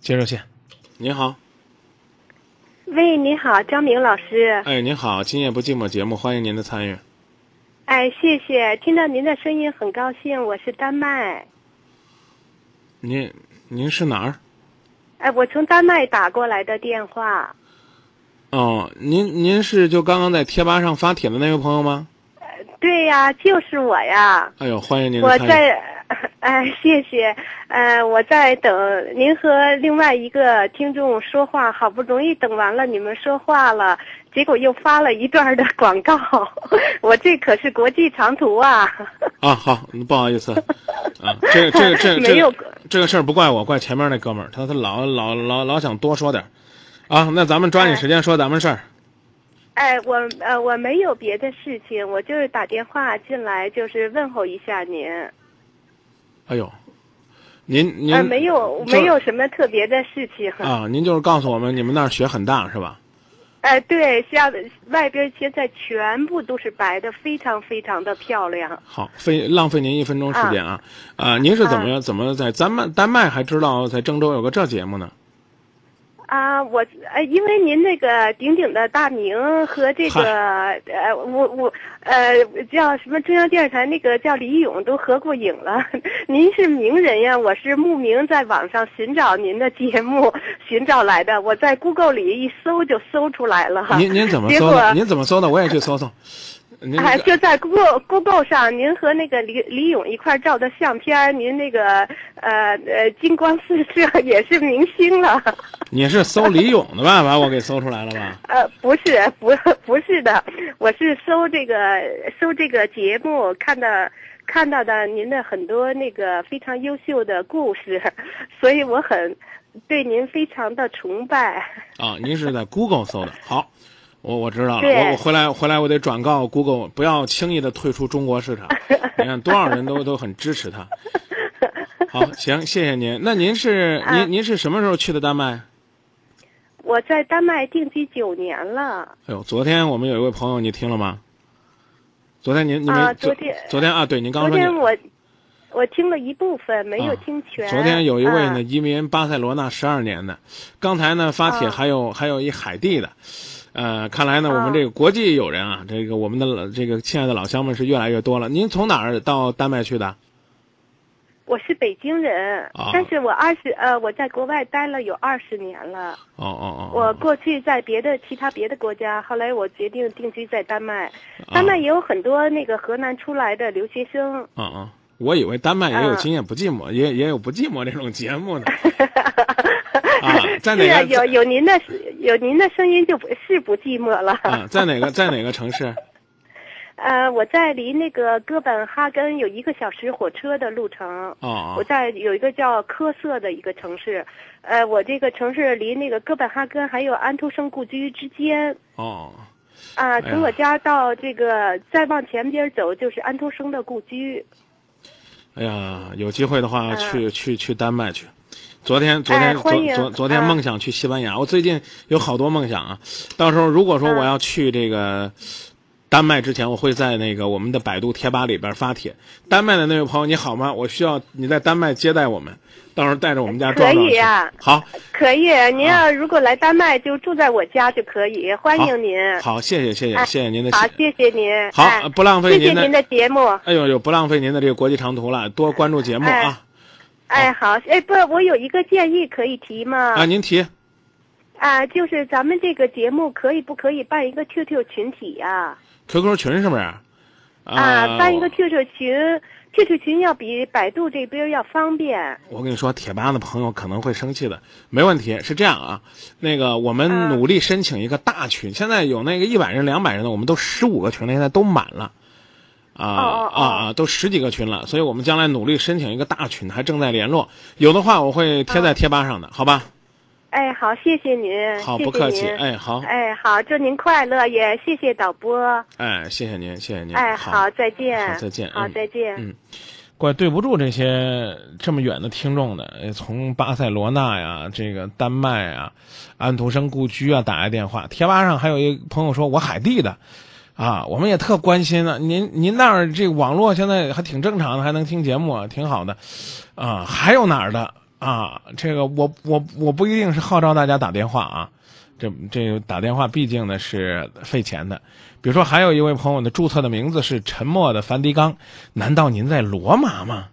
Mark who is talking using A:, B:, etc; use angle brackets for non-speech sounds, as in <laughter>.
A: 接热线。您好，
B: 喂，你好，张明老师。
A: 哎，您好，《今夜不寂寞》节目，欢迎您的参与。
B: 哎，谢谢，听到您的声音很高兴。我是丹麦，
A: 您您是哪儿？
B: 哎，我从丹麦打过来的电话。
A: 哦，您您是就刚刚在贴吧上发帖的那位朋友吗？
B: 对呀，就是我呀。
A: 哎呦，欢迎您的
B: 我
A: 参与。
B: 在， <laughs> 哎，谢谢，呃，我在等您和另外一个听众说话，好不容易等完了你们说话了，结果又发了一段的广告， <laughs> 我这可是国际长途啊。
A: 啊，好，不好意
B: <laughs>
A: 思，啊，这个这个这个
B: 没
A: 这
B: 有
A: 个这个事儿不怪我，怪前面那哥们儿，他他老老老老想多说点儿，啊，那咱们抓紧时间说咱们事儿，
B: 哎，我呃我没有别的事情，我就是打电话进来，就是问候一下您，
A: 哎呦，您您、
B: 呃没有
A: 就是
B: 没有什么特别的事情。
A: 啊，您就是告诉我们你们那儿雪很大是吧？
B: <laughs> 哎，对，像外边现在全部都是白的，非常非常的漂亮。
A: 好，费浪费您一分钟时间啊，啊，您是怎么、怎么在丹麦丹麦还知道在郑州有个这节目呢？
B: 啊，我呃，因为您那个鼎鼎的大名和这个呃，我我呃叫什么中央电视台那个叫李勇都合过影了。 <laughs> 您是名人呀，我是慕名在网上寻找您的节目，寻找来的。我在 Google 里一搜就搜出来了。 <laughs>
A: 您您怎么
B: 结
A: 搜
B: 果
A: 的？您怎么搜的？我也去搜搜。您
B: 哎，就在 Google Google 上，您和那个李李勇一块儿照的相片儿，您那个呃呃金光四射，也是明星了。
A: 你是搜李勇的吧？把我给搜出来了吧？
B: 呃，不是，不不是的，我是搜这个搜这个节目看到看到的您的很多那个非常优秀的故事， <laughs> 所以我很对您非常的崇拜。
A: 啊，您是在 Google 搜的。好，我我知道了，
B: 对
A: 我我回来回来我得转告 Google，不要轻易的退出中国市场。你看多少人都都很支持他。好，行，谢谢您。那您是
B: 啊
A: 您您是什么时候去的丹麦？
B: 我在丹麦定居九年了，
A: 哎呦，昨天我们有一位朋友，你听了吗？昨天您你们、
B: 啊昨天
A: 昨天啊，对，您刚
B: 昨
A: 刚说
B: 天
A: 你
B: 我我听了一部分，没有
A: 啊
B: 听全。
A: 昨天有一位呢、
B: 啊
A: 移民巴塞罗那十二年的，刚才呢发帖
B: 啊
A: 还有、还有一海地的，呃，看来呢我们这个国际友人啊，这个我们的老这个亲爱的老乡们是越来越多了。您从哪儿到丹麦去的？
B: 我是北京人，
A: 啊
B: 但是我二十呃我在国外待了有二十年了。
A: 哦哦哦，
B: 我过去在别的其他别的国家，后来我决定定居在丹麦。
A: 啊
B: 丹麦也有很多那个河南出来的留学生。
A: 啊啊，我以为丹麦也有
B: 嗯
A: 今夜不寂寞，也也有不寂寞这种节目
B: <laughs>
A: 呢。啊在哪
B: 是啊，
A: 个
B: 有有您的有您的声音就不是不寂寞了。
A: 啊，在哪个在哪个城市？
B: 呃，我在离那个哥本哈根有一个小时火车的路程。
A: 哦
B: 我
A: 哦
B: 在有一个叫科瑟的一个城市，呃，我这个城市离那个哥本哈根还有安徒生故居之间，
A: 哦，呀
B: 啊、从我家到这个再往前边走就是安徒生的故居。
A: 哎呀，有机会的话
B: 嗯
A: 去去去丹麦去。昨天昨天
B: 哎欢迎
A: 昨昨昨天
B: 嗯
A: 梦想去西班牙，我最近有好多梦想啊。到时候如果说
B: 嗯
A: 我要去这个丹麦之前，我会在那个我们的百度贴吧里边发帖。丹麦的那位朋友你好吗？我需要你在丹麦接待我们，到时候带着我们家壮壮
B: 可以啊
A: 去
B: 呀。
A: 好，
B: 可以，您
A: 啊
B: 要如果来丹麦就住在我家就可以，欢迎您。
A: 好，谢谢谢谢
B: 哎
A: 谢谢您的
B: 好，
A: 信
B: 谢谢您。
A: 好
B: 哎
A: 不浪费
B: 谢谢
A: 您的
B: 您的节目。
A: 哎呦呦，不浪费您的这个国际长途了，多关注节目
B: 哎
A: 啊
B: 哎，好，哎，不，我有一个建议可以提吗？
A: 啊！您提
B: 啊，就是咱们这个节目可以不可以办一个 QQ 群体呀、
A: QQ 群是不是？呃
B: 啊？办一个 QQ 群，QQ 群要比百度这边要方便。
A: 我跟你说，铁吧的朋友可能会生气的，没问题，是这样啊。那个，我们
B: 嗯
A: 努力申请一个大群，现在有那个一百人、两百人的，我们都十五个群了，现在都满了，啊
B: 哦哦
A: 啊啊，都十几个群了，所以我们将来努力申请一个大群，还正在联络，有的话我会贴
B: 啊
A: 在贴吧上的，好吧？
B: 哎，好，谢谢您，
A: 好，
B: 嗯谢
A: 不
B: 谢
A: 客气，
B: 您
A: 哎，好，
B: 哎，好，祝您快乐，也谢谢导播。
A: 哎，谢谢您，谢谢您，
B: 哎，
A: 好
B: 好，，再见。
A: 好再见
B: 好，
A: 嗯
B: 再见。
A: 嗯怪对不住这些这么远的听众的，呃从巴塞罗那呀、这个丹麦啊、安徒生故居啊打来电话。贴吧上还有一朋友说，我海地的，啊，我们也特关心呢、您您那儿这网络现在还挺正常的，还能听节目、啊，挺好的，啊，还有哪儿的啊，这个我我我不一定是号召大家打电话啊，这这个打电话毕竟呢是费钱的。比如说，还有一位朋友的注册的名字是沉默的梵蒂冈，难道您在罗马吗？